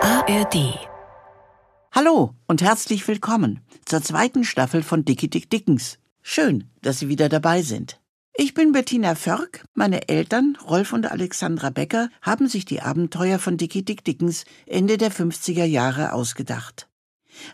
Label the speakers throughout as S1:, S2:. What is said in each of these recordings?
S1: ARD.
S2: Hallo und herzlich willkommen zur zweiten Staffel von Dicky Dick Dickens. Schön, dass Sie wieder dabei sind. Ich bin Bettina Förk. Meine Eltern, Rolf und Alexandra Becker, haben sich die Abenteuer von Dicky Dick Dickens Ende der 50er Jahre ausgedacht.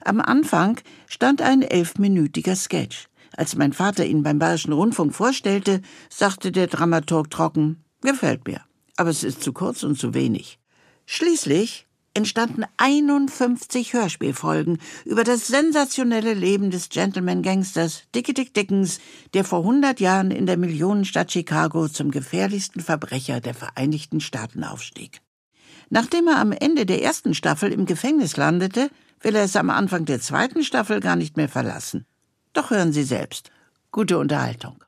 S2: Am Anfang stand ein elfminütiger Sketch. Als mein Vater ihn beim Bayerischen Rundfunk vorstellte, sagte der Dramaturg trocken, gefällt mir, aber es ist zu kurz und zu wenig. Schließlich entstanden 51 Hörspielfolgen über das sensationelle Leben des Gentleman-Gangsters Dickie Dick Dickens, der vor 100 Jahren in der Millionenstadt Chicago zum gefährlichsten Verbrecher der Vereinigten Staaten aufstieg. Nachdem er am Ende der ersten Staffel im Gefängnis landete, will er es am Anfang der zweiten Staffel gar nicht mehr verlassen. Doch hören Sie selbst. Gute Unterhaltung.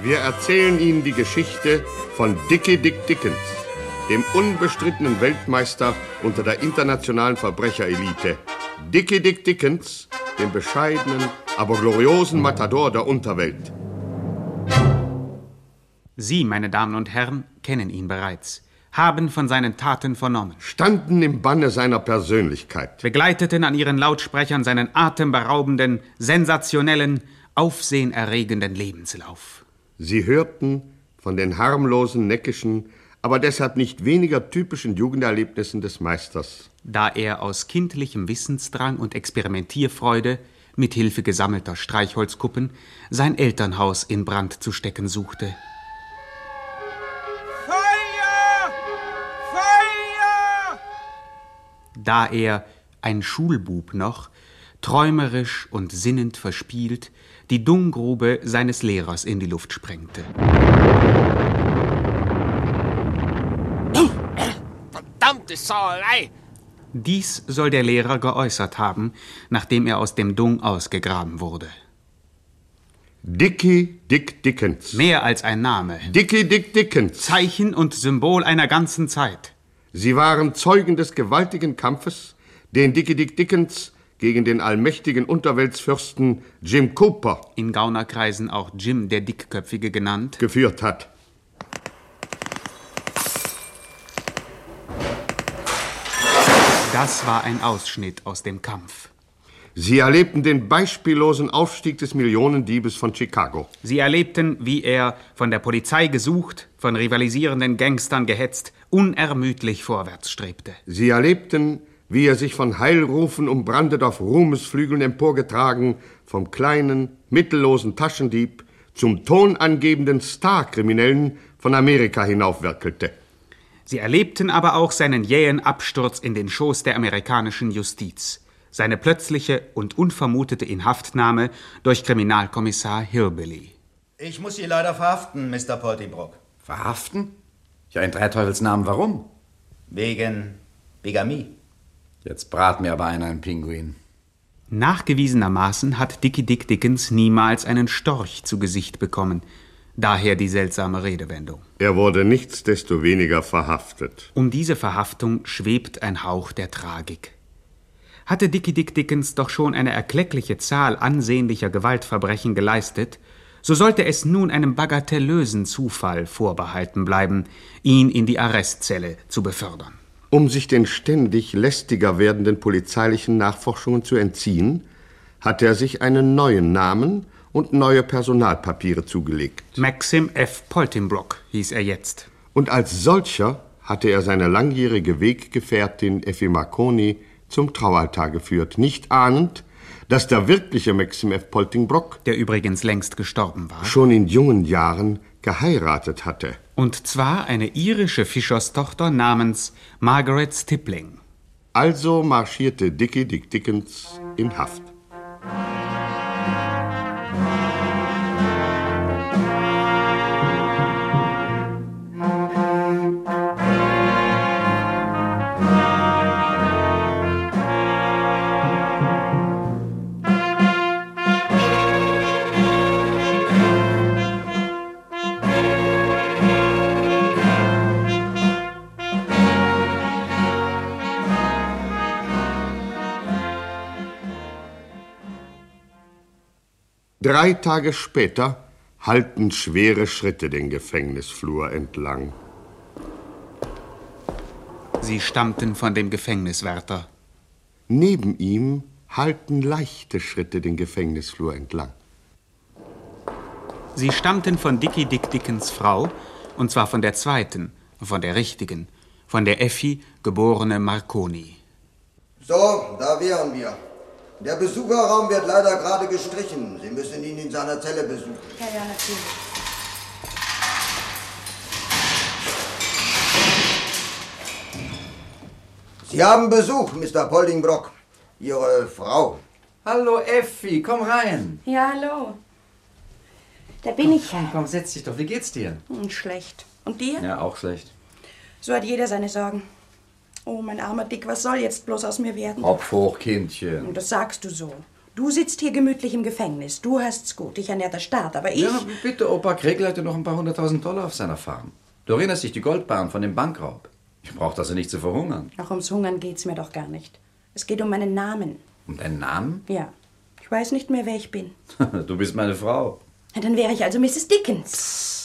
S3: Wir erzählen Ihnen die Geschichte von Dickie Dick Dickens, dem unbestrittenen Weltmeister unter der internationalen Verbrecherelite. Dickie Dick Dickens, dem bescheidenen, aber gloriosen Matador der Unterwelt.
S4: Sie, meine Damen und Herren, kennen ihn bereits, haben von seinen Taten vernommen,
S3: Standen im Banne seiner Persönlichkeit.
S4: begleiteten an ihren Lautsprechern seinen atemberaubenden, sensationellen, aufsehenerregenden Lebenslauf.
S3: Sie hörten von den harmlosen, neckischen, aber deshalb nicht weniger typischen Jugenderlebnissen des Meisters.
S4: Da er aus kindlichem Wissensdrang und Experimentierfreude mit Hilfe gesammelter Streichholzkuppen sein Elternhaus in Brand zu stecken suchte.
S5: Feuer! Feuer!
S4: da er, ein Schulbub noch, träumerisch und sinnend verspielt, die Dunggrube seines Lehrers in die Luft sprengte.
S5: Verdammte Sauerei!
S4: Dies soll der Lehrer geäußert haben, nachdem er aus dem Dung ausgegraben wurde.
S3: Dickie Dick Dickens.
S4: Mehr als ein Name,
S3: Dickie Dick Dickens.
S4: Zeichen und Symbol einer ganzen Zeit.
S3: Sie waren Zeugen des gewaltigen Kampfes, den Dickie Dick Dickens gegen den allmächtigen Unterweltsfürsten Jim Cooper
S4: In Gaunerkreisen auch Jim der Dickköpfige genannt.
S3: geführt hat.
S4: Das war ein Ausschnitt aus dem Kampf.
S3: Sie erlebten den beispiellosen Aufstieg des Millionendiebes von Chicago.
S4: Sie erlebten, wie er, von der Polizei gesucht, von rivalisierenden Gangstern gehetzt, unermüdlich vorwärts strebte.
S3: Sie erlebten, wie er sich von Heilrufen umbrandet auf Ruhmesflügeln emporgetragen, vom kleinen, mittellosen Taschendieb zum tonangebenden Starkriminellen von Amerika hinaufwerkelte.
S4: Sie erlebten aber auch seinen jähen Absturz in den Schoß der amerikanischen Justiz, seine plötzliche und unvermutete Inhaftnahme durch Kriminalkommissar Hillbilly.
S6: Ich muss Sie leider verhaften, Mr. Poltybrock.
S7: Verhaften? Ja, in drei Teufels Namen, warum?
S6: Wegen Bigamie.
S7: Jetzt brat mir aber einer einen Pinguin.
S4: Nachgewiesenermaßen hat Dickie Dick Dickens niemals einen Storch zu Gesicht bekommen, daher die seltsame Redewendung.
S3: Er wurde nichtsdestoweniger verhaftet.
S4: Um diese Verhaftung schwebt ein Hauch der Tragik. Hatte Dickie Dick Dickens doch schon eine erkleckliche Zahl ansehnlicher Gewaltverbrechen geleistet, so sollte es nun einem bagatellösen Zufall vorbehalten bleiben, ihn in die Arrestzelle zu befördern.
S3: Um sich den ständig lästiger werdenden polizeilichen Nachforschungen zu entziehen, hat er sich einen neuen Namen und neue Personalpapiere zugelegt.
S4: Maxim F. Poltenbrock hieß er jetzt.
S3: Und als solcher hatte er seine langjährige Weggefährtin Effi Marconi zum Traualtar geführt, nicht ahnend, dass der wirkliche Maxim F. Poltingbrock
S4: Der übrigens längst gestorben war.
S3: schon in jungen Jahren geheiratet hatte.
S4: Und zwar eine irische Fischerstochter namens Margaret Stippling.
S3: Also marschierte Dickie Dick Dickens in Haft. Drei Tage später halten schwere Schritte den Gefängnisflur entlang.
S4: Sie stammten von dem Gefängniswärter.
S3: Neben ihm halten leichte Schritte den Gefängnisflur entlang.
S4: Sie stammten von Dicky Dick Dickens Frau, und zwar von der zweiten, von der richtigen, von der Effi, geborene Marconi.
S1: So, da wären wir. Der Besucherraum wird leider gerade gestrichen. Sie müssen ihn in seiner Zelle besuchen.
S8: Ja, ja, natürlich.
S1: Sie haben Besuch, Mr. Poldingbrock. Ihre Frau.
S9: Hallo Effi, komm rein.
S8: Ja, hallo. Da bin ich ja.
S9: Komm, setz dich doch. Wie geht's dir?
S8: Hm, Schlecht. Und dir?
S7: Ja, auch schlecht.
S8: So hat jeder seine Sorgen. Oh, mein armer Dick, was soll jetzt bloß aus mir werden?
S7: Hopf hoch, Kindchen.
S8: Und das sagst du so. Du sitzt hier gemütlich im Gefängnis. Du hast's gut. Ich ernährt der Staat, aber ich.
S7: Ja, bitte, Opa Kregel hatte noch ein paar hunderttausend Dollar auf seiner Farm. Du erinnerst dich, die Goldbahn von dem Bankraub. Ich brauchte also nicht zu verhungern.
S8: Auch ums Hungern geht's mir doch gar nicht. Es geht um meinen Namen.
S7: Und deinen Namen?
S8: Ja. Ich weiß nicht mehr, wer ich bin.
S7: Du bist meine Frau.
S8: Na, Dann wäre ich also Mrs. Dickens.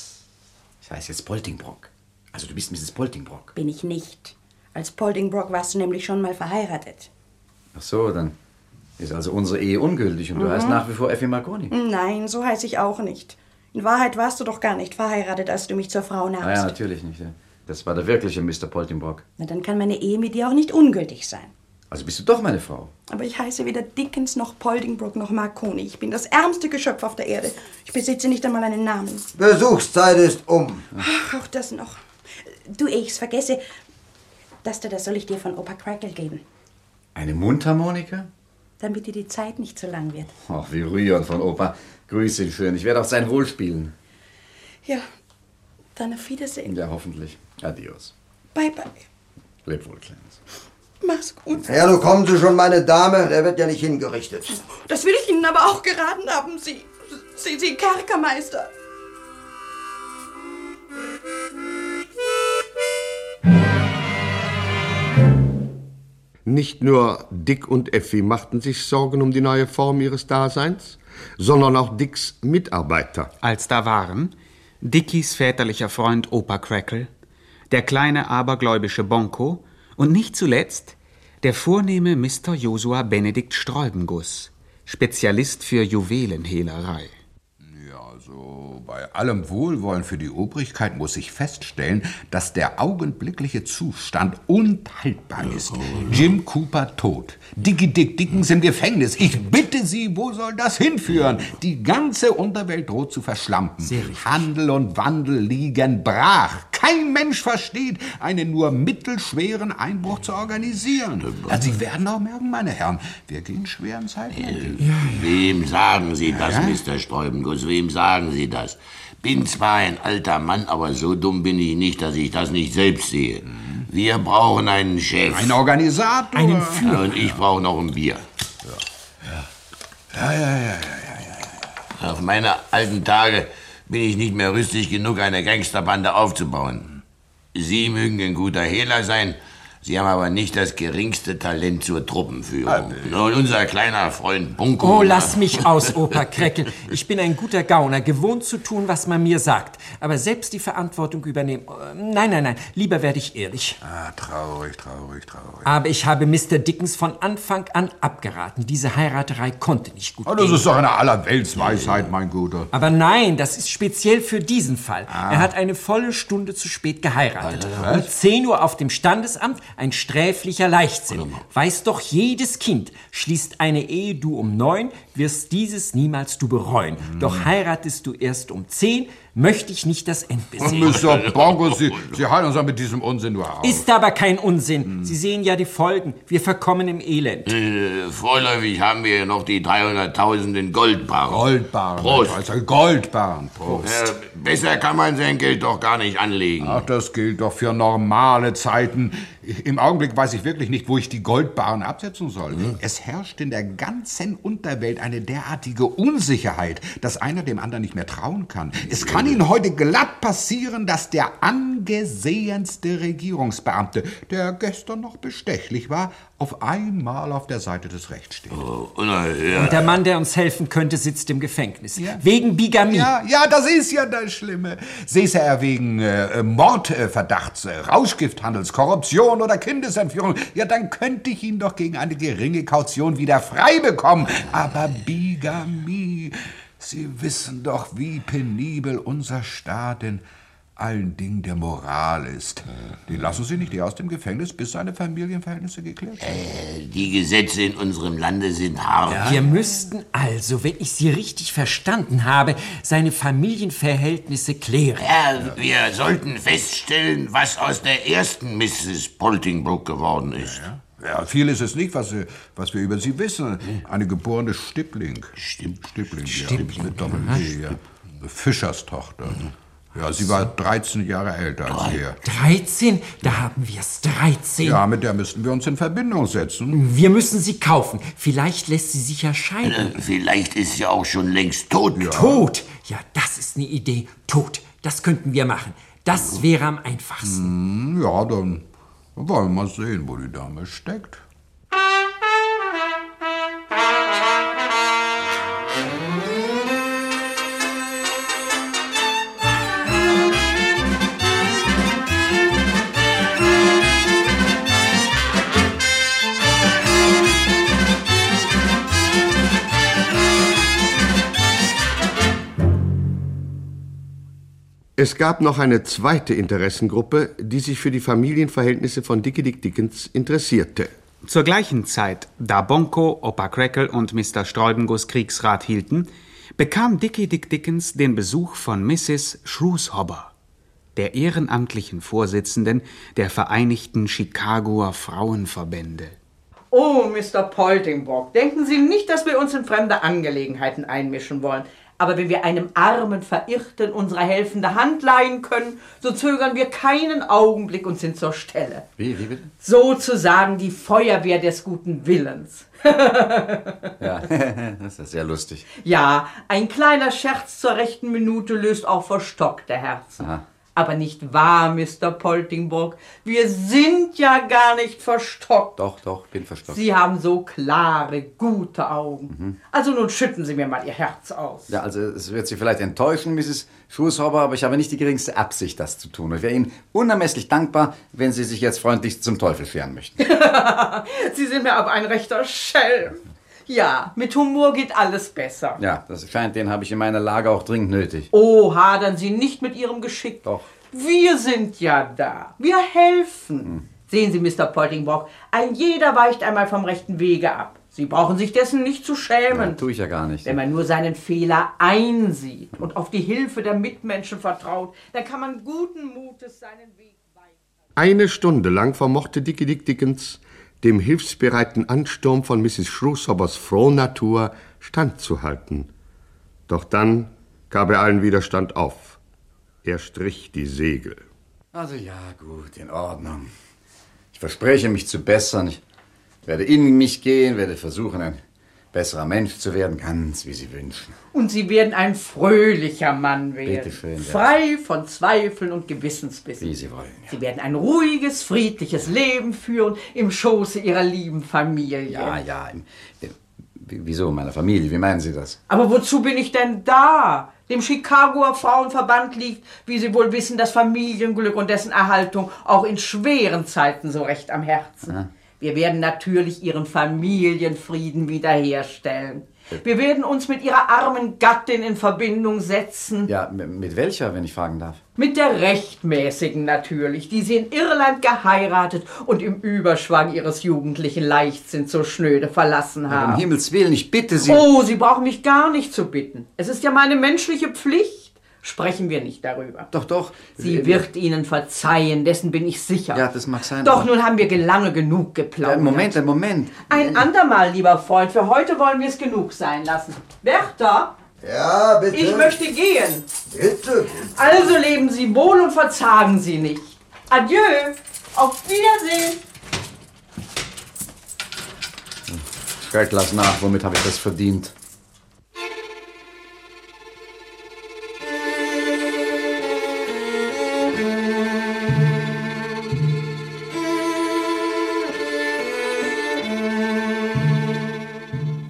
S7: Ich heiße jetzt Poltingbrock. Also du bist Mrs. Poltingbrock.
S8: Bin ich nicht. Als Poldingbrock warst du nämlich schon mal verheiratet.
S7: Ach so, dann ist also unsere Ehe ungültig
S8: Mhm.
S7: und du heißt nach wie vor Effi Marconi.
S8: Nein, so heiße ich auch nicht. In Wahrheit warst du doch gar nicht verheiratet, als du mich zur Frau nahmst.
S7: Ah ja, natürlich nicht. Ja. Das war der wirkliche Mr. Poltingbrock.
S8: Na, dann kann meine Ehe mit dir auch nicht ungültig sein.
S7: Also bist du doch meine Frau.
S8: Aber ich heiße weder Dickens noch Poldingbrook noch Marconi. Ich bin das ärmste Geschöpf auf der Erde. Ich besitze nicht einmal einen Namen.
S1: Besuchszeit ist um.
S8: Ach, auch das noch. Du, eh, ich's vergesse. Das da, das soll ich dir von Opa Crackle geben,
S7: Eine Mundharmonika?
S8: damit dir die Zeit nicht so lang wird.
S7: Ach, wie rührend von Opa. Grüß ihn schön. Ich werde auf sein Wohl spielen.
S8: Ja, dann auf Wiedersehen.
S7: Ja, hoffentlich. Adios.
S8: Bye, bye.
S7: Leb wohl, Kleines.
S8: Mach's gut.
S1: Ja, nun kommen Sie schon, meine Dame. Der wird ja nicht hingerichtet.
S8: Das will ich Ihnen aber auch geraten haben, Sie, Sie, Sie Kerkermeister.
S3: Nicht nur Dick und Effi machten sich Sorgen um die neue Form ihres Daseins, sondern auch Dicks Mitarbeiter.
S4: Als da waren Dickies väterlicher Freund Opa Crackle, der kleine abergläubische Bonko und nicht zuletzt der vornehme Mr. Josua Benedikt Sträubenguss, Spezialist für Juwelenhehlerei.
S10: Ja, also bei allem Wohlwollen für die Obrigkeit muss ich feststellen, dass der augenblickliche Zustand unhaltbar ist. Jim Cooper tot. Dicky Dick Dickens im Gefängnis. Ich bitte Sie, wo soll das hinführen? Die ganze Unterwelt droht zu verschlampen. Handel und Wandel liegen brach. Kein Mensch versteht, einen nur mittelschweren Einbruch zu organisieren. Also Sie werden auch merken, meine Herren, wir gehen schweren Zeiten entgegen.
S11: Wem sagen Sie das, Mr. Sträubenguss? Wem sagen Sie das? Bin zwar ein alter Mann, aber so dumm bin ich nicht, dass ich das nicht selbst sehe. Wir brauchen einen Chef.
S10: Ein Organisator. Einen Führer.
S11: Ja, und ich brauche noch ein Bier.
S10: Ja, ja, ja.
S11: Auf meine alten Tage bin ich nicht mehr rüstig genug, eine Gangsterbande aufzubauen. Sie mögen ein guter Hehler sein, Sie haben aber nicht das geringste Talent zur Truppenführung. Nun, unser kleiner Freund Bunko.
S12: Oh, lass mich aus, Opa Kreckel. Ich bin ein guter Gauner, gewohnt zu tun, was man mir sagt. Aber selbst die Verantwortung übernehmen. äh, Nein, nein, nein. Lieber werde ich ehrlich.
S10: Ah, traurig, traurig, traurig.
S12: Aber ich habe Mr. Dickens von Anfang an abgeraten. Diese Heiraterei konnte nicht gut
S10: Oh,
S12: gehen.
S10: das ist doch eine Allerweltsweisheit, mein Guter.
S12: Aber nein, das ist speziell für diesen Fall.
S10: Ah.
S12: Er hat eine volle Stunde zu spät geheiratet. Um 10 Uhr auf dem Standesamt ein sträflicher Leichtsinn. Weiß doch jedes Kind, schließt eine Ehe du um 9, wirst dieses niemals du bereuen.
S10: Hm.
S12: Doch heiratest du erst um 10, möchte ich nicht das Endbiss sehen.
S10: Mr. Oh, Bongo, Sie, Sie halten uns doch mit diesem Unsinn nur Hm. auf.
S12: Ist aber kein Unsinn. Sie sehen ja die Folgen. Wir verkommen im Elend.
S11: Äh, Vorläufig haben wir noch die 300.000 in Goldbarren.
S10: Goldbarren.
S11: Prost.
S10: Also Goldbarren. Prost.
S11: Äh, besser kann man sein Geld doch gar nicht anlegen.
S10: Ach, das gilt doch für normale Zeiten. Im Augenblick weiß ich wirklich nicht, wo ich die Goldbarren absetzen soll.
S11: Hm?
S10: Es herrscht in der ganzen Unterwelt eine derartige Unsicherheit, dass einer dem anderen nicht mehr trauen kann. Es kann kann Ihnen heute glatt passieren, dass der angesehenste Regierungsbeamte, der gestern noch bestechlich war, auf einmal auf der Seite des Rechts steht.
S11: Oh.
S12: Und der Mann, der uns helfen könnte, sitzt im Gefängnis. Wegen Bigamie.
S10: Ja, ja, das ist ja das Schlimme. Säße er wegen äh, Mordverdachts, äh, Rauschgifthandels, Korruption oder Kindesentführung, ja, dann könnte ich ihn doch gegen eine geringe Kaution wieder frei bekommen. Aber Bigamie, Sie wissen doch, wie penibel unser Staat in allen Dingen der Moral ist. Die lassen Sie nicht eher aus dem Gefängnis, bis seine Familienverhältnisse geklärt
S12: Äh,
S10: sind.
S11: Äh, Die Gesetze in unserem Lande sind hart.
S12: Wir müssten also, wenn ich Sie richtig verstanden habe, seine Familienverhältnisse klären.
S11: Ja, wir sollten feststellen, was aus der ersten Mrs. Poltingbrook geworden ist.
S10: Ja, viel ist es nicht, was, äh, was wir über sie wissen. Eine geborene Stippling. Stippling, ja. Mit Doppel-T, ja. Fischerstochter.
S12: Mhm.
S10: Ja, sie war 13 Jahre älter als er.
S12: 13? Da haben wir es. 13.
S10: Ja, mit der müssten wir uns in Verbindung setzen.
S12: Wir müssen sie kaufen. Vielleicht lässt sie sich ja scheiden.
S11: Äh, Vielleicht ist sie auch schon längst tot.
S12: Tot? Ja, das ist eine Idee. Tot. Das könnten wir machen. Das wäre am einfachsten.
S10: Hm, Ja, dann wollen wir mal sehen, wo die Dame steckt.
S3: Es gab noch eine zweite Interessengruppe, die sich für die Familienverhältnisse von Dickie Dick Dickens interessierte.
S4: Zur gleichen Zeit, da Bonko, Opa Crackle und Mr. Sträubengos Kriegsrat hielten, bekam Dickie Dick Dickens den Besuch von Mrs. Shrewshobber, der ehrenamtlichen Vorsitzenden der Vereinigten Chicagoer Frauenverbände.
S13: Oh, Mr. Poltingbrock, denken Sie nicht, dass wir uns in fremde Angelegenheiten einmischen wollen. Aber wenn wir einem armen Verirrten unsere helfende Hand leihen können, so zögern wir keinen Augenblick und sind zur Stelle.
S7: Wie, wie bitte?
S13: Sozusagen die Feuerwehr des guten Willens.
S7: Ja, das ist sehr lustig.
S13: Ja, ein kleiner Scherz zur rechten Minute löst auch verstockte Herzen.
S7: Aha.
S13: Aber nicht wahr, Mr. Poltingbrock, wir sind ja gar nicht verstockt.
S7: Doch, doch, bin verstockt.
S13: Sie haben so klare, gute Augen.
S7: Mhm.
S13: Also nun schütten Sie mir mal Ihr Herz aus.
S7: Ja, also es wird Sie vielleicht enttäuschen, Mrs. Schurshauber, aber ich habe nicht die geringste Absicht, das zu tun. Ich wäre Ihnen unermesslich dankbar, wenn Sie sich jetzt freundlichst zum Teufel scheren möchten.
S13: Sie sind mir aber ein rechter Schelm. Ja, mit Humor geht alles besser.
S7: Ja, das scheint, den habe ich in meiner Lage auch dringend nötig.
S13: Oh, hadern Sie nicht mit Ihrem Geschick.
S7: Doch.
S13: Wir sind ja da. Wir helfen.
S7: Hm.
S13: Sehen Sie, Mr. Poltingbrock, ein jeder weicht einmal vom rechten Wege ab. Sie brauchen sich dessen nicht zu schämen.
S7: Ja, tue ich ja gar nicht.
S13: Wenn man nur seinen Fehler einsieht und auf die Hilfe der Mitmenschen vertraut, dann kann man guten Mutes seinen Weg.
S3: Eine Stunde lang vermochte Dickie Dick Dickens dem hilfsbereiten Ansturm von Mrs. Shrewshobbers Frohnatur standzuhalten. Doch dann gab er allen Widerstand auf. Er strich die Segel.
S7: Also ja, gut, in Ordnung. Ich verspreche, mich zu bessern. Ich werde in mich gehen, werde versuchen, ein besserer Mensch zu werden, ganz wie Sie wünschen.
S13: Und Sie werden ein fröhlicher Mann werden.
S7: Bitte schön, ja.
S13: Frei von Zweifeln und Gewissensbissen.
S7: Wie Sie wollen.
S13: Sie werden ein ruhiges, friedliches Leben führen im Schoße ihrer lieben Familie.
S7: Ja, ja. im- im- w- Wieso, meiner Familie? Wie meinen Sie das?
S13: Aber wozu bin ich denn da? Dem Chicagoer Frauenverband liegt, wie Sie wohl wissen, das Familienglück und dessen Erhaltung auch in schweren Zeiten so recht am Herzen.
S7: Ah.
S13: Wir werden natürlich Ihren Familienfrieden wiederherstellen.
S7: Äh.
S13: Wir werden uns mit Ihrer armen Gattin in Verbindung setzen.
S7: Ja, m- mit welcher, wenn ich fragen darf?
S13: Mit der rechtmäßigen natürlich, die sie in Irland geheiratet und im Überschwang ihres jugendlichen Leichtsinns so schnöde verlassen
S7: Ja,
S13: haben.
S7: um Himmels Willen, ich bitte Sie.
S13: Oh, Sie brauchen mich gar nicht zu bitten. Es ist ja meine menschliche Pflicht. Sprechen wir nicht darüber.
S7: Doch, doch. Wir-
S13: Sie wird Ihnen verzeihen, dessen bin ich sicher.
S7: Ja, das mag sein.
S13: Doch,
S7: aber-
S13: nun haben wir ge- lange genug geplaudert.
S7: Ja, Moment, ein Moment.
S13: Ein andermal, lieber Freund, für heute wollen wir es genug sein lassen. Werther?
S1: Ja, bitte?
S13: Ich möchte gehen.
S1: Bitte?
S13: Also leben Sie wohl und verzagen Sie nicht. Adieu. Auf Wiedersehen.
S7: Geld lass nach, womit habe ich das verdient?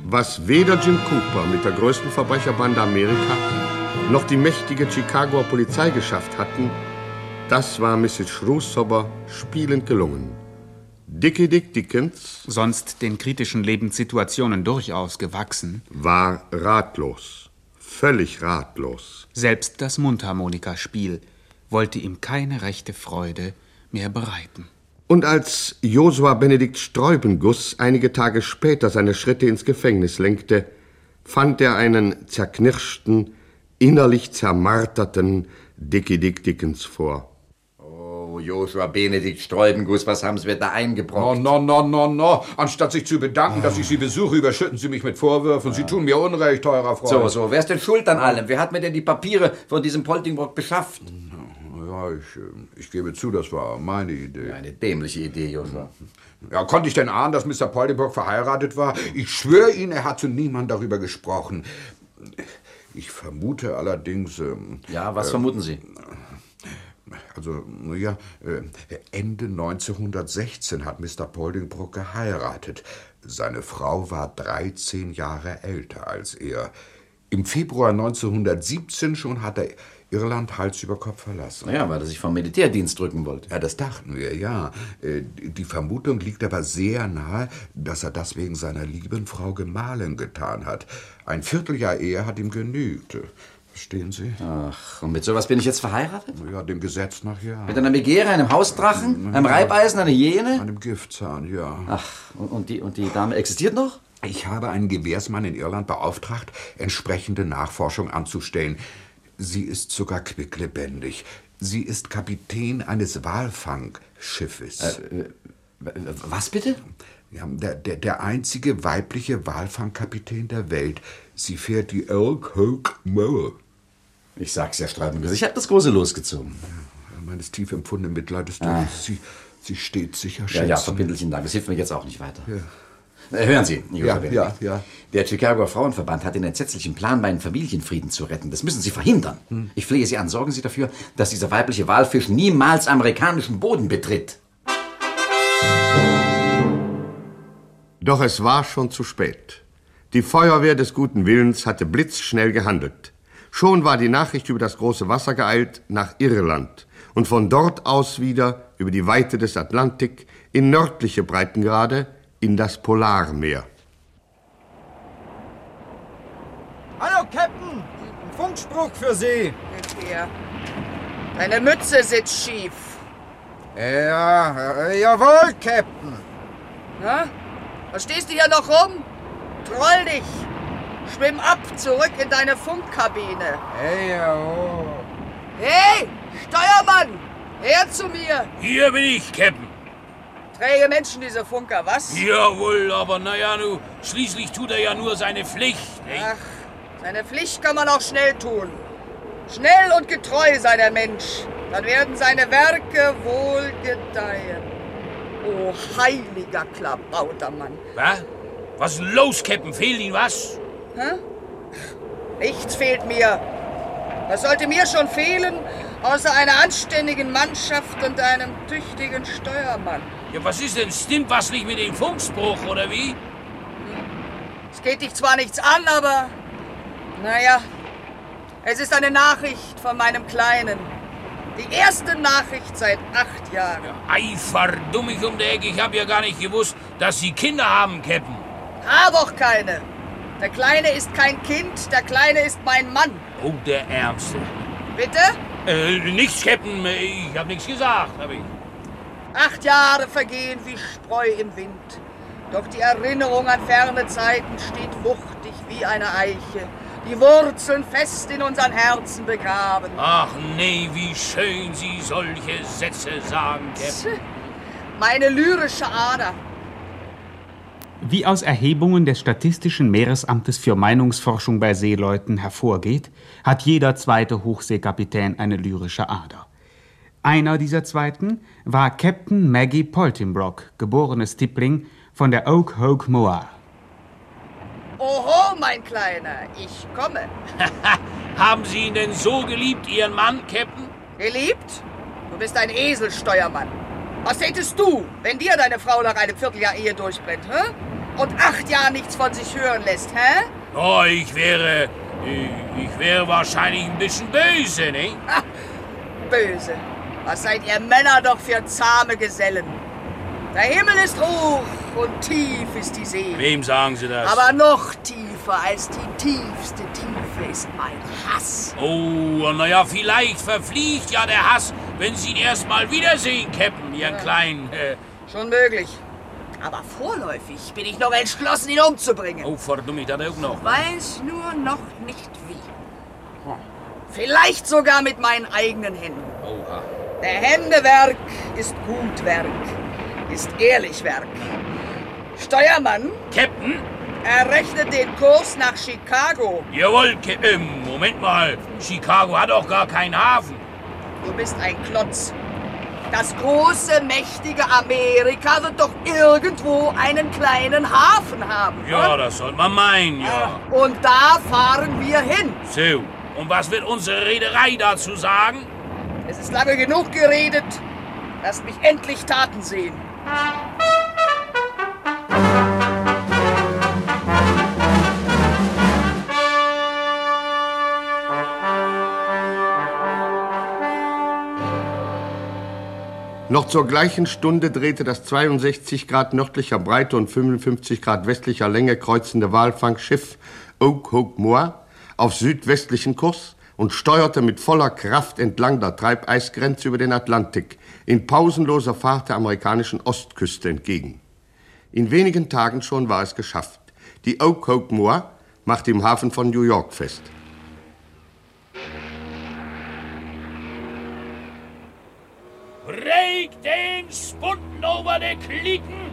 S3: was weder Jim Cooper mit der größten Verbrecherbande Amerikas noch die mächtige Chicagoer Polizei geschafft hatten, das war Mrs. Schrusober spielend gelungen. Dickie Dick Dickens,
S4: sonst den kritischen Lebenssituationen durchaus gewachsen,
S3: war ratlos, völlig ratlos.
S4: Selbst das Mundharmonikaspiel wollte ihm keine rechte Freude mehr bereiten.
S3: Und als Josua Benedikt Streubenguss einige Tage später seine Schritte ins Gefängnis lenkte, fand er einen zerknirschten, innerlich zermarterten Dickie Dick Dickens vor.
S7: Oh, Joshua Benedikt Streubenguss, was haben Sie mir da
S10: No,
S7: eingebrockt?
S10: no, no, no, no. Anstatt sich zu bedanken,
S12: Ah.
S10: dass ich Sie besuche, überschütten Sie mich mit Vorwürfen. Sie tun mir Unrecht, teurer Freund.
S7: So, so, wer ist denn schuld an allem? Wer hat mir denn die Papiere von diesem Poltingbrock beschafft?
S10: Ja, ich, äh, ich gebe zu, das war meine Idee. Hm.
S7: Eine dämliche Idee, Joshua.
S10: Ja, konnte ich denn ahnen, dass Mr. Poldenburg verheiratet war? Ich schwöre Ihnen, er hat zu niemand darüber gesprochen. Ich vermute allerdings... Ähm,
S7: Ja, was vermuten Sie?
S10: Also, ja, äh, Ende 1916 hat Mr. Poldingbrook geheiratet. Seine Frau war 13 Jahre älter als er. Im Februar 1917 schon hat er Irland Hals über Kopf verlassen.
S7: Ja, weil er sich vom Militärdienst drücken wollte.
S10: Ja, das dachten wir, ja. Äh, Die Vermutung liegt aber sehr nahe, dass er das wegen seiner lieben Frau Gemahlin getan hat. Ein Vierteljahr Ehe hat ihm genügt. Verstehen Sie?
S7: Ach, und mit sowas bin ich jetzt verheiratet?
S10: Ja, dem Gesetz nach, ja.
S7: Mit einer Megere, einem Hausdrachen, einem Reibeisen, einer Hyäne?
S10: Einem Giftzahn, ja.
S7: Ach, und, und, die, und die Dame existiert noch?
S10: Ich habe einen Gewehrsmann in Irland beauftragt, entsprechende Nachforschung anzustellen. Sie ist sogar quicklebendig. Sie ist Kapitän eines Walfangschiffes.
S7: Äh, was bitte?
S10: Ja, der, der, der einzige weibliche Walfangkapitän der Welt. Sie fährt die Elk Hoke Moe.
S7: Ich sag's ja, Streibenges. Ich hab das Große losgezogen.
S10: Meines tief empfundenen Mitleides.
S7: Ah.
S10: durch. Sie, sie steht sicher
S7: Ja, ja,
S10: schätzen.
S7: verbindlichen Dank. Das hilft mir jetzt auch nicht weiter.
S10: Ja.
S7: Äh, Hören Sie,
S10: Ja,
S7: Benedikt.
S10: ja, ja.
S7: Der Chicagoer Frauenverband hat den entsetzlichen Plan, meinen Familienfrieden zu retten. Das müssen Sie verhindern. Ich flehe Sie an, sorgen Sie dafür, dass dieser weibliche Walfisch niemals amerikanischen Boden betritt.
S3: Doch es war schon zu spät. Die Feuerwehr des guten Willens hatte blitzschnell gehandelt. Schon war die Nachricht über das große Wasser geeilt nach Irland und von dort aus wieder über die Weite des Atlantik in nördliche Breitengrade in das Polarmeer.
S14: Hallo, Captain! Ein Funkspruch für Sie!
S15: Hier. Deine Mütze sitzt schief.
S14: Ja, äh, jawohl, Captain!
S15: Na? ne? Was stehst du hier noch rum? Troll dich! Schwimm ab, zurück in deine Funkkabine.
S14: Hey, jawohl!
S15: Hey, Steuermann! Her zu mir!
S16: Hier bin ich, Captain.
S15: Träge Menschen, diese Funker, was?
S16: Jawohl, aber naja, nu, schließlich tut er ja nur seine Pflicht. Ey.
S15: Ach, seine Pflicht kann man auch schnell tun. Schnell und getreu sei der Mensch. Dann werden seine Werke wohl gedeihen. O heiliger Klabautermann.
S16: Was? Was ist denn los, Captain? Fehlt Ihnen was?
S15: Hä? Nichts fehlt mir. Was sollte mir schon fehlen, außer einer anständigen Mannschaft und einem tüchtigen Steuermann?
S16: Ja, was ist denn? Stimmt was nicht mit dem Funkspruch, oder wie?
S15: Es geht dich zwar nichts an, aber naja, es ist eine Nachricht von meinem Kleinen. Die erste Nachricht seit acht Jahren.
S16: Ei, verdumm ich um die Ecke. Ich hab ja gar nicht gewusst, dass Sie Kinder haben, Captain.
S15: Hab auch keine. Der Kleine ist kein Kind, der Kleine ist mein Mann.
S16: Oh, der Ärmste.
S15: Bitte?
S16: Äh, nichts, Captain. Ich hab nichts gesagt, hab ich.
S15: Acht Jahre vergehen wie Spreu im Wind. Doch die Erinnerung an ferne Zeiten steht wuchtig wie eine Eiche. Die Wurzeln fest in unseren Herzen begraben.
S16: Ach nee, wie schön Sie solche Sätze sagen, Captain.
S15: Meine lyrische Ader.
S4: Wie aus Erhebungen des Statistischen Meeresamtes für Meinungsforschung bei Seeleuten hervorgeht, hat jeder zweite Hochseekapitän eine lyrische Ader. Einer dieser zweiten war Captain Maggie Poltingbrock, geborenes Tippling von der Oak Hoke Moa.
S15: Oho, mein Kleiner, ich komme.
S16: Haben Sie ihn denn so geliebt, Ihren Mann, Captain?
S15: Geliebt? Du bist ein Eselsteuermann. Was tätest du, wenn dir deine Frau nach einem Vierteljahr Ehe durchbrennt, hä? und acht Jahre nichts von sich hören lässt, hä?
S16: Oh, ich wäre. Ich, ich wäre wahrscheinlich ein bisschen böse, ne? nicht?
S15: Ha, böse. Was seid ihr Männer doch für zahme Gesellen? Der Himmel ist hoch und tief ist die See.
S16: Wem sagen Sie das?
S15: Aber noch tiefer als die tiefste Tiefe ist mein Hass.
S16: Oh, naja, vielleicht verfliegt ja der Hass, wenn Sie ihn erst mal wiedersehen, Captain, Ihren kleinen. Äh,
S15: Schon möglich. Aber vorläufig bin ich noch entschlossen, ihn umzubringen.
S16: oh, verdammt, das auch noch.
S15: Weiß nur noch nicht wie. Vielleicht sogar mit meinen eigenen Händen.
S16: Oha.
S15: Der Hände Werk ist gut Werk, ist ehrlich Werk. Steuermann,
S16: Captain?
S15: errechnet den Kurs nach Chicago.
S16: Jawohl, Captain. Moment mal. Chicago hat doch gar keinen Hafen.
S15: Du bist ein Klotz. Das große, mächtige Amerika wird doch irgendwo einen kleinen Hafen haben.
S16: Ja, das soll man meinen, ja.
S15: Und da fahren wir hin.
S16: So, und was wird unsere Reederei dazu sagen?
S15: Es ist lange genug geredet. Lasst mich endlich Taten sehen.
S3: Noch zur gleichen Stunde drehte das 62 Grad nördlicher Breite und 55 Grad westlicher Länge kreuzende Walfangschiff Oak-Hook-Moa auf südwestlichen Kurs und steuerte mit voller Kraft entlang der Treibeisgrenze über den Atlantik in pausenloser Fahrt der amerikanischen Ostküste entgegen. In wenigen Tagen schon war es geschafft. Die Oak-Hook-Moa machte im Hafen von New York fest.
S16: Reg den Spunten über die Klicken!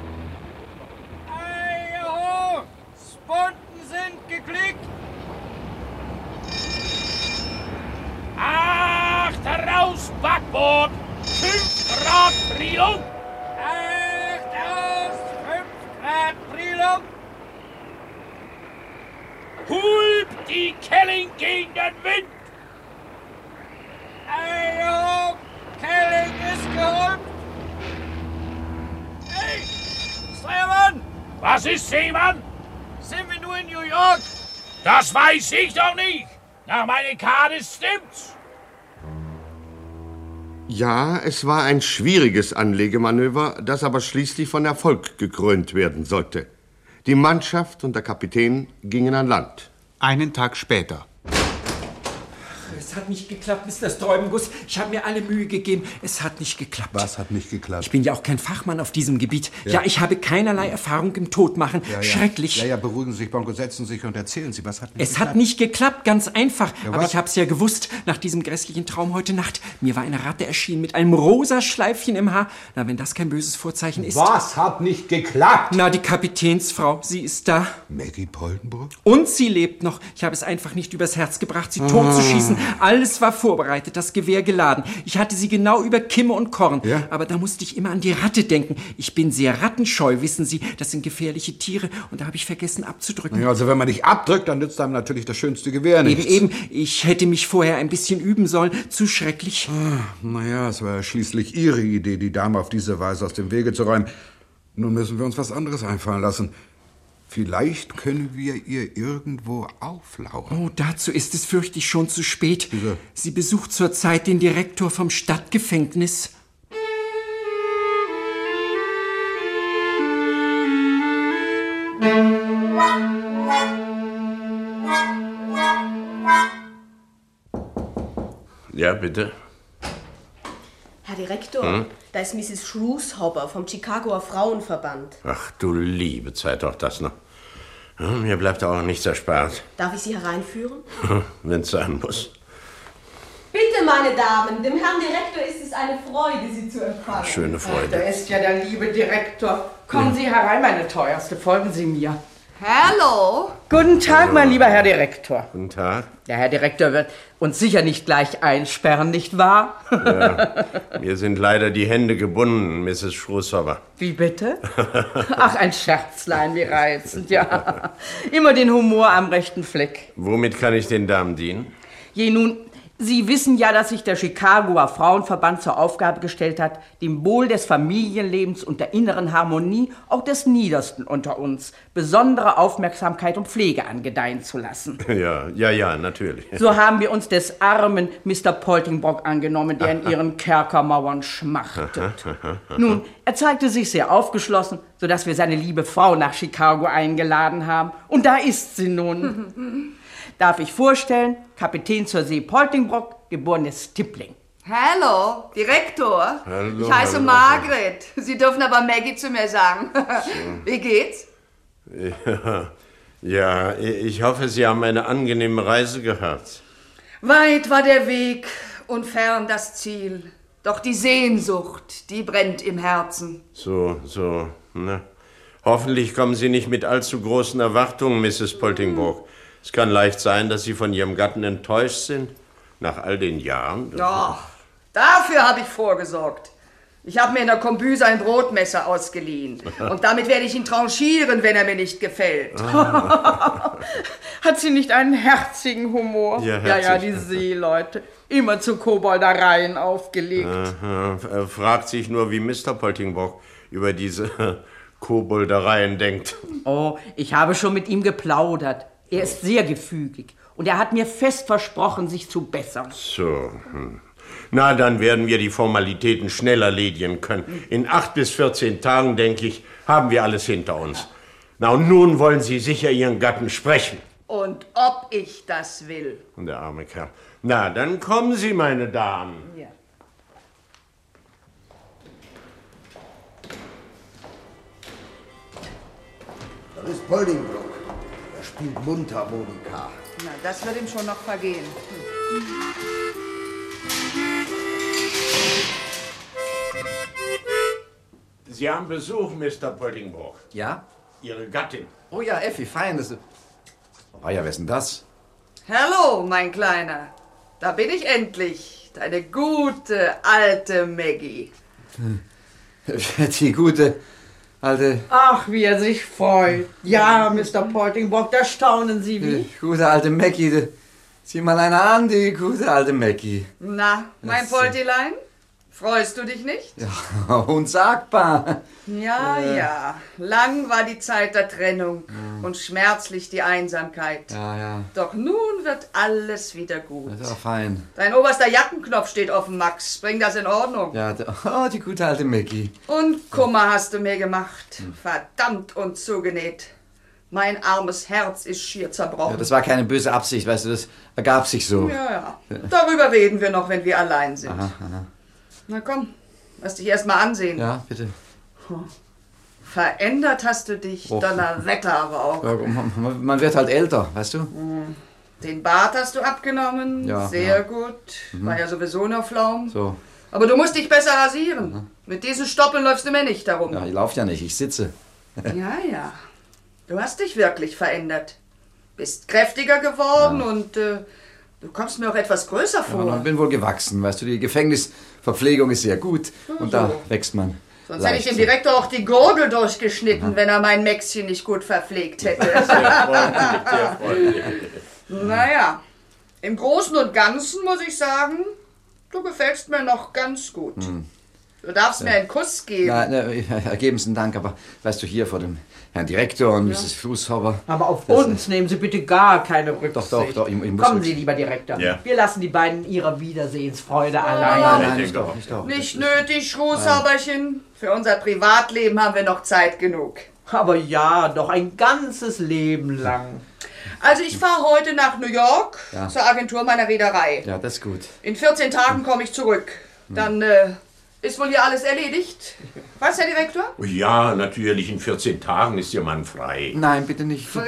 S17: Ei, ho! Sponten sind geklickt!
S16: Acht raus, Backbord! Fünf Grad Trio!
S17: Acht aus! Fünf Grad Brilum!
S16: Hulp die Kelling gegen den Wind!
S17: Ei, ho! Kelling ist geholt! Hey! Steuermann!
S16: Was ist, Seemann?
S17: Sind wir nur in New York?
S16: Das weiß ich doch nicht! Nach meiner Karte stimmt's!
S3: Ja, es war ein schwieriges Anlegemanöver, das aber schließlich von Erfolg gekrönt werden sollte. Die Mannschaft und der Kapitän gingen an Land.
S4: Einen Tag später.
S12: Es hat nicht geklappt, Mr. Sträubenguss. Ich habe mir alle Mühe gegeben. Es hat nicht geklappt.
S10: Was hat nicht geklappt?
S12: Ich bin ja auch kein Fachmann auf diesem Gebiet. Ja,
S10: Ja.
S12: ich habe keinerlei Erfahrung im Todmachen. Schrecklich.
S10: Ja, ja, beruhigen Sie sich, Bonko, setzen Sie sich und erzählen Sie, was hat nicht
S12: Es
S10: geklappt?
S12: hat nicht geklappt, ganz einfach.
S10: Ja,
S12: Aber
S10: was?
S12: ich hab's ja gewusst, nach diesem grässlichen Traum heute Nacht. Mir war eine Ratte erschienen mit einem rosa Schleifchen im Haar. Na, wenn das kein böses Vorzeichen ist.
S10: Was hat nicht geklappt?
S12: Na, die Kapitänsfrau, sie ist da.
S10: Maggie Poldenburg?
S12: Und sie lebt noch. Ich habe es einfach nicht übers Herz gebracht, sie
S10: Ah.
S12: totzuschießen. Alles war vorbereitet, das Gewehr geladen. Ich hatte sie genau über Kimme und Korn. Aber da musste ich immer an die Ratte denken. Ich bin sehr rattenscheu, wissen Sie. Das sind gefährliche Tiere. Und da habe ich vergessen abzudrücken.
S10: Ja, also wenn man nicht abdrückt, dann nützt einem natürlich das schönste Gewehr
S12: Eben,
S10: nichts.
S12: eben. Ich hätte mich vorher ein bisschen üben sollen. Zu schrecklich.
S10: Naja, es war ja schließlich Ihre Idee, die Dame auf diese Weise aus dem Wege zu räumen. Nun müssen wir uns was anderes einfallen lassen. Vielleicht können wir ihr irgendwo auflauern.
S12: Oh, dazu ist es fürchte ich schon zu spät. Sie besucht zurzeit den Direktor vom Stadtgefängnis.
S18: Ja, bitte.
S8: Herr Direktor,
S18: Hm?
S8: da ist Mrs. Schrushauber vom Chicagoer Frauenverband.
S18: Ach du liebe Zeit, auch das noch. Ja, mir bleibt auch nichts erspart,
S8: Darf ich Sie hereinführen?
S18: wenn's sein muss.
S19: Bitte, meine Damen, dem Herrn Direktor ist es eine Freude, Sie zu empfangen.
S18: Schöne
S13: Da
S18: Freude.
S13: ist ja der liebe Direktor. Kommen Sie herein, meine Teuerste, folgen Sie mir.
S15: Hallo?
S13: Guten Tag, mein lieber Herr Direktor.
S18: Guten Tag.
S13: Der Herr Direktor wird uns sicher nicht gleich einsperren, nicht wahr?
S18: Mir sind leider die Hände gebunden, Mrs. Schrushoffer.
S13: Wie bitte? Ach, ein Scherzlein, wie reizend, ja. Immer den Humor am rechten Fleck.
S18: Womit kann ich den Damen dienen?
S13: Je nun, Sie wissen ja, dass sich der Chicagoer Frauenverband zur Aufgabe gestellt hat, dem Wohl des Familienlebens und der inneren Harmonie auch des Niedersten unter uns besondere Aufmerksamkeit und Pflege angedeihen zu lassen.
S18: Ja, ja, ja, natürlich.
S13: So haben wir uns des armen Mr. Poltingbrock angenommen, der in ihren Kerkermauern schmachtet. Nun, er zeigte sich sehr aufgeschlossen, sodass wir seine liebe Frau nach Chicago eingeladen haben. Und da ist sie nun. Darf ich vorstellen, Kapitän zur See Poltingbrock, geborenes Stippling.
S15: Hallo, Direktor.
S18: Hallo,
S15: ich heiße
S18: hallo.
S15: Margret. Sie dürfen aber Maggie zu mir sagen. Wie geht's?
S18: Ja, ja, ich hoffe, Sie haben eine angenehme Reise gehabt.
S15: Weit war der Weg und fern das Ziel. Doch die Sehnsucht, die brennt im Herzen.
S18: So, so, ne? Hoffentlich kommen Sie nicht mit allzu großen Erwartungen, Mrs. Poltingbrook. Es kann leicht sein, dass Sie von Ihrem Gatten enttäuscht sind. Nach all den Jahren.
S15: Doch, dafür habe ich vorgesorgt. Ich habe mir in der Kombüse ein Brotmesser ausgeliehen. Und damit werde ich ihn tranchieren, wenn er mir nicht gefällt.
S13: Hat sie nicht einen herzigen Humor?
S18: Ja,
S13: ja, ja, die
S18: herzig.
S13: Seeleute. Immer zu Koboldereien aufgelegt.
S18: Aha, äh, fragt sich nur, wie Mr. Poltingbrock über diese Koboldereien denkt.
S13: Oh, ich habe schon mit ihm geplaudert. Er ist sehr gefügig. Und er hat mir fest versprochen, sich zu bessern.
S18: So. hm. Na, dann werden wir die Formalitäten schnell erledigen können. In acht bis 14 Tagen, denke ich, haben wir alles hinter uns. Na, und nun wollen Sie sicher Ihren Gatten sprechen.
S15: Und ob ich das will.
S18: Und der arme Kerl. Na, dann kommen Sie, meine Damen.
S15: Ja.
S1: Das ist Poldingbrook. Er spielt Mundharmonika.
S15: Na, das wird ihm schon noch vergehen. Hm.
S18: Sie haben Besuch, Mr. Poltingbrook.
S7: Ja?
S18: Ihre Gattin.
S7: Oh ja, Effi, fein. Das... Oh ja, wer ist denn das?
S15: Hallo, mein Kleiner. Da bin ich endlich. Deine gute alte Maggie.
S7: Die gute alte,
S13: Ach, wie er sich freut. Ja, Mr. Poltingbrock, da staunen Sie
S7: die
S13: wie.
S7: gute alte Mackie. die- Sieh mal eine an, die gute alte Mackie.
S15: Na, mein
S7: Das, äh,
S15: Poltilein? Freust du dich nicht?
S7: Ja, unsagbar.
S15: Ja,
S7: Äh.
S15: Ah, ja. Lang war die Zeit der Trennung
S7: Mhm.
S15: und schmerzlich die Einsamkeit.
S7: Ja, ja.
S15: Doch nun wird alles wieder gut.
S7: Das ist auch fein.
S15: Dein oberster Jackenknopf steht offen, Max. Bring das in Ordnung.
S7: Ja, d- oh, die gute alte Mackie.
S15: Und Kummer hast du mir gemacht.
S7: Mhm.
S15: Verdammt und zugenäht. Mein armes Herz ist schier zerbrochen.
S7: Ja, das war keine böse Absicht, weißt du, das ergab sich so.
S15: Ja, ja. Darüber reden wir noch, wenn wir allein sind.
S7: Aha, aha.
S15: Na komm, lass dich erst mal
S13: Genau.
S15: ansehen.
S7: Ja, bitte.
S15: Verändert hast du dich,
S7: Och.
S15: Donnerwetter aber auch.
S7: Ja, man- man- Man wird halt älter, weißt du?
S15: Hm. Den Bart hast du abgenommen.
S7: Ja,
S15: Sehr
S7: ja.
S15: gut.
S7: Mhm.
S15: War ja sowieso noch flaum.
S7: So. Mhm.
S15: Aber du musst dich besser rasieren. Mit diesen Stoppeln läufst du mir nicht darum.
S7: Ja, ich lauf ja nicht, ich sitze.
S15: Ja, ja. Du hast dich wirklich verändert. Bist kräftiger geworden und äh, du kommst mir auch etwas größer
S7: Ja,
S15: vor.
S7: man bin wohl gewachsen, weißt du, die Gefängnisverpflegung ist sehr gut und da
S15: so.
S7: wächst man.
S15: Mhm. Sonst hätte ich
S7: leicht.
S15: dem Direktor auch die Gurgel durchgeschnitten, wenn er mein Mäxchen nicht gut verpflegt hätte. naja, im Großen und Ganzen muss ich sagen, du gefällst mir noch ganz gut.
S7: Hm.
S15: Du darfst
S7: Ja. ne,
S15: mir einen Kuss geben.
S7: Na, na, ergebensten Dank, aber weißt du, hier vor dem Herrn Direktor und Mrs. Fußhofer.
S13: Aber auf uns nehmen Sie bitte gar keine Rücksicht.
S7: Doch, doch, doch, ich, ich muss
S13: Kommen
S7: mit-
S13: Sie, lieber Direktor.
S7: Ja.
S13: Wir lassen die beiden ihrer Wiedersehensfreude allein.
S7: nein, nein, ich glaube, ich glaube.
S15: Nicht nötig, Rußhaberchen. Für unser Privatleben haben wir noch Zeit genug.
S13: Aber ja, doch ein ganzes Leben lang.
S15: Also ich fahre heute nach New York
S13: Ja.
S15: zur Agentur meiner Reederei.
S7: Ja, das ist gut.
S15: In 14 Tagen komme ich zurück.
S13: Hm.
S15: Dann äh, ist wohl hier alles erledigt. Was, Herr Direktor?
S18: Oh Ja, natürlich, in 14 Tagen ist Ihr Mann frei.
S7: Nein, bitte nicht.
S15: Frei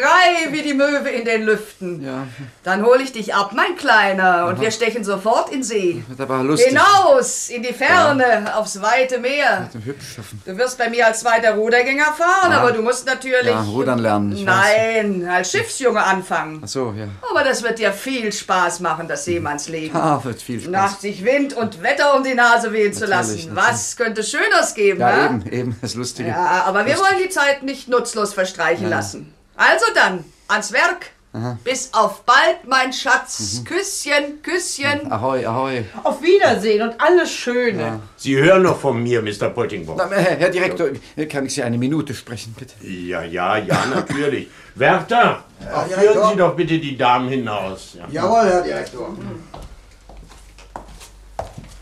S15: wie die Möwe in den Lüften.
S7: Ja.
S15: Dann hole ich dich ab, mein Kleiner, und
S7: Aha.
S15: wir stechen sofort in See.
S7: Wird aber lustig.
S15: Hinaus, in die Ferne, aufs weite Meer.
S7: Hübsch.
S15: Du wirst bei mir als zweiter Rudergänger fahren,
S7: Ja.
S15: aber du musst natürlich...
S7: Ja, rudern lernen, ich
S15: Nein, als Schiffsjunge anfangen.
S7: Ach so, ja.
S15: Aber das wird dir viel Spaß machen, das Seemannsleben.
S7: Ah, wird viel Spaß.
S15: Nach sich Wind und Wetter um die Nase wehen zu
S7: Natürlich,
S15: lassen. Was könnte Schöneres geben,
S7: ja,
S15: hä?
S7: eben, eben, das Lustige.
S15: Ja, aber wir
S7: Lustig.
S15: wollen die Zeit nicht nutzlos verstreichen
S7: Ja.
S15: lassen. Also dann, ans Werk.
S7: Aha.
S20: Bis auf bald, mein
S7: Mhm.
S20: Schatz. Küsschen, Küsschen.
S7: Ahoi, ahoi.
S13: Auf Wiedersehen und alles Schöne.
S18: Sie hören noch von mir, Mr. Poltingbaum.
S7: Na, äh, Herr, Herr Direktor, kann ich Sie eine Minute sprechen, bitte?
S18: Ja, ja, ja, natürlich. Wärter,
S1: Herr
S18: führen
S1: Direktor.
S18: Sie doch bitte die Damen hinaus. Ja.
S1: Jawohl, Herr Direktor.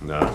S18: Na,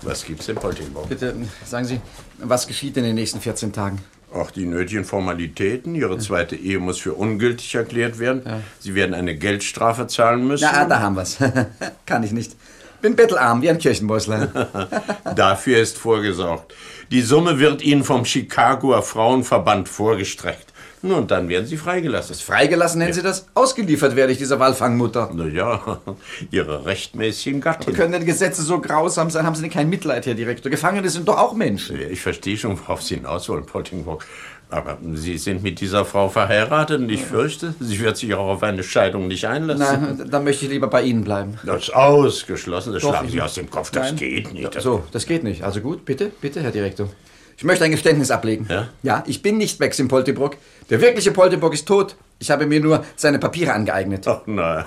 S18: was gibt's denn, Poltingbaum?
S7: Bitte sagen Sie, was geschieht in den nächsten 14 Tagen?
S18: Auch die nötigen Formalitäten. Ihre zweite Ehe muss für ungültig erklärt werden. Sie werden eine Geldstrafe zahlen müssen.
S7: Na, da haben wir's. Kann ich nicht. Bin bettelarm wie ein Kirchenmäusler.
S18: Dafür ist vorgesorgt. Die Summe wird Ihnen vom Chicagoer Frauenverband vorgestreckt. Nun, dann werden Sie freigelassen.
S7: freigelassen nennen Sie das? Ausgeliefert werde ich dieser Walfangmutter.
S18: Na ja, Ihre rechtmäßigen Gattin.
S7: Können denn Gesetze so grausam sein? Haben Sie denn kein Mitleid, Herr Direktor? Gefangene sind doch auch Menschen.
S18: Ich verstehe schon, worauf Sie hinaus wollen, Poltingburg. Aber Sie sind mit dieser Frau verheiratet und ich fürchte, sie wird sich auch auf eine Scheidung nicht einlassen.
S7: Na, dann möchte ich lieber bei Ihnen bleiben.
S18: Das ist ausgeschlossen, das
S7: Doch,
S18: schlagen
S7: ich-
S18: Sie aus dem Kopf, das
S7: Nein.
S18: geht nicht. Das-
S7: So, das geht nicht. Also gut, bitte, bitte, Herr Direktor. Ich möchte ein Geständnis ablegen. Ja? Ja, ich bin nicht Maxim Poltebrock. Der wirkliche Poltebrock ist tot. Ich habe mir nur seine Papiere angeeignet.
S18: Ach Oh, nein.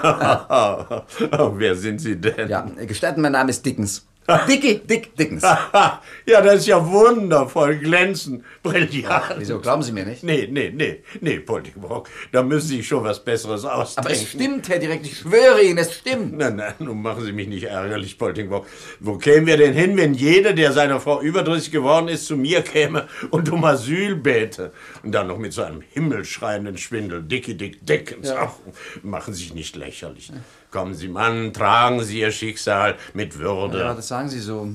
S18: Oh, Wer sind Sie denn?
S7: Ja, gestatten, mein Name ist Dickens. Dicky, Dick, Dickens.
S18: ja, das ist ja wundervoll, glänzend, brillant.
S7: Wieso, glauben Sie mir nicht?
S18: Nee, nee, nee, nee, Poltingburg, da müssen Sie schon was Besseres ausdenken.
S7: Aber es stimmt, Herr Direktor, ich schwöre Ihnen, es stimmt.
S18: Na, na, nun machen Sie mich nicht ärgerlich, Poltingbaum. Wo kämen wir denn hin, wenn jeder, der seiner Frau überdrüssig geworden ist, zu mir käme und um Asyl bäte? Und dann noch mit so einem himmelschreienden Schwindel, Dicky Dick Dickens.
S7: Ja.
S18: Ach, machen Sie sich nicht lächerlich. Kommen Sie, Mann, tragen Sie Ihr Schicksal mit Würde.
S7: Ja, das sagen Sie so.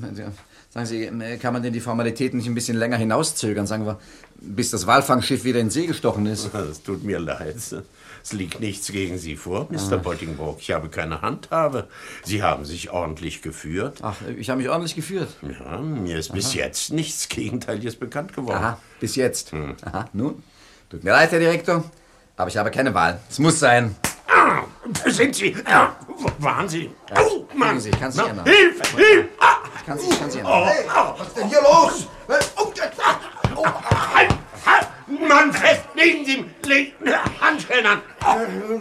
S7: Sagen Sie, äh, kann man denn die Formalitäten nicht ein bisschen länger hinauszögern? Sagen wir, bis das Walfangschiff wieder in See gestochen ist.
S18: Das tut mir leid. Es liegt nichts gegen Sie vor,
S7: Ah.
S18: Mr. Poltingbrook. Ich habe keine Handhabe. Sie haben sich ordentlich geführt.
S7: Ach, ich habe mich ordentlich geführt.
S18: Ja, mir ist bis
S7: Aha.
S18: jetzt nichts Gegenteiliges bekannt geworden. Hm.
S7: Aha, bis jetzt. Aha, nun. Tut mir leid, Herr Direktor, aber ich habe keine Wahl. Es muss sein.
S18: Ah, sind Sie? Ah, Wahnsinn. Au, Mann.
S7: Sie, ich kann's nicht
S18: Na,
S7: ändern.
S18: Hilfe, Hilfe. Ah.
S7: Ich kann es ich kann's nicht ändern.
S1: Hey, was ist denn hier los? Hey, oh, ah, oh,
S18: halt, halt, Mann fest, legen Sie legen, Handschellen an.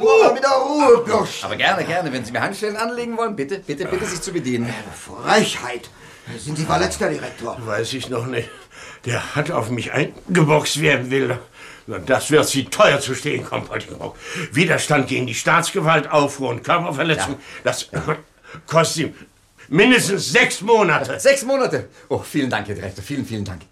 S1: Oh, Mal wieder Ruhe, Birsch.
S7: Aber gerne, gerne. Wenn Sie mir Handstellen anlegen wollen, bitte, bitte, bitte, sich zu bedienen.
S1: Äh, Frechheit. Sind Sie verletzt, Herr Direktor?
S18: Weiß ich noch nicht. Der hat auf mich eingeboxt werden will. Na, Das wird Sie teuer zu stehen kommen, Politbrock. Widerstand gegen die Staatsgewalt, Aufruhr und Körperverletzung. Das kostet ihm mindestens sechs Monate.
S7: Sechs Monate? Oh, vielen Dank, Herr Direktor. Vielen, vielen Dank.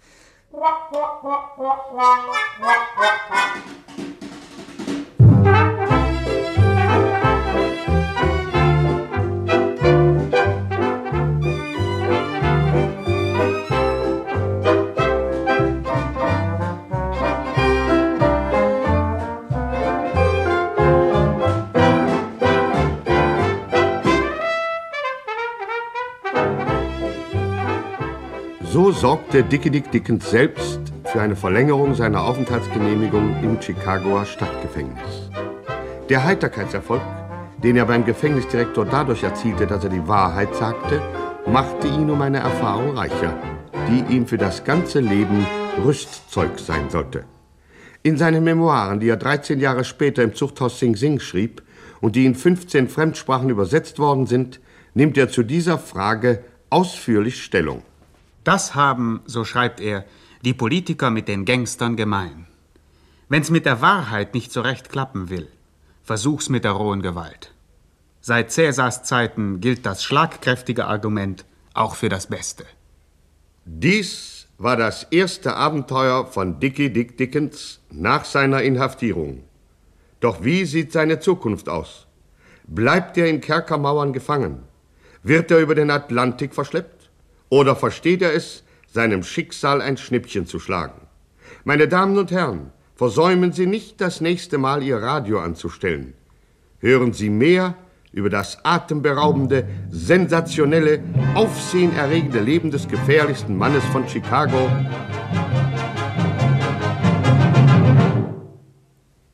S3: So sorgte Dickie Dick Dickens selbst für eine Verlängerung seiner Aufenthaltsgenehmigung im Chicagoer Stadtgefängnis. Der Heiterkeitserfolg, den er beim Gefängnisdirektor dadurch erzielte, dass er die Wahrheit sagte, machte ihn um eine Erfahrung reicher, die ihm für das ganze Leben Rüstzeug sein sollte. In seinen Memoiren, die er 13 Jahre später im Zuchthaus Sing Sing schrieb und die in 15 Fremdsprachen übersetzt worden sind, nimmt er zu dieser Frage ausführlich Stellung.
S4: Das haben, so schreibt er, die Politiker mit den Gangstern gemein. Wenn's mit der Wahrheit nicht so recht klappen will, versuch's mit der rohen Gewalt. Seit Cäsars Zeiten gilt das schlagkräftige Argument auch für das Beste.
S3: Dies war das erste Abenteuer von Dickie Dick Dickens nach seiner Inhaftierung. Doch wie sieht seine Zukunft aus? Bleibt er in Kerkermauern gefangen? Wird er über den Atlantik verschleppt? Oder versteht er es, seinem Schicksal ein Schnippchen zu schlagen? Meine Damen und Herren, versäumen Sie nicht, das nächste Mal Ihr Radio anzustellen. Hören Sie mehr über das atemberaubende, sensationelle, aufsehenerregende Leben des gefährlichsten Mannes von Chicago.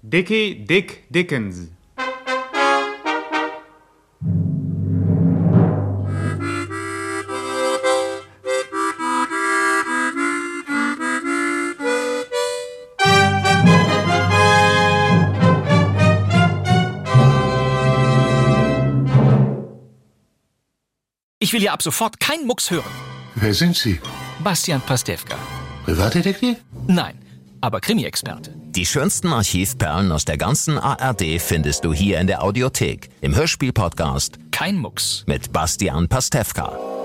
S4: Dickie Dick Dickens.
S16: will hier ab sofort keinen Mucks hören.
S12: Wer sind Sie?
S16: Bastian Pastewka.
S12: Privatdetektiv?
S16: Nein, aber Krimi-Experte.
S11: Die schönsten Archivperlen aus der ganzen ARD findest du hier in der Audiothek im Hörspiel-Podcast
S16: Kein Mucks
S11: mit Bastian Pastewka.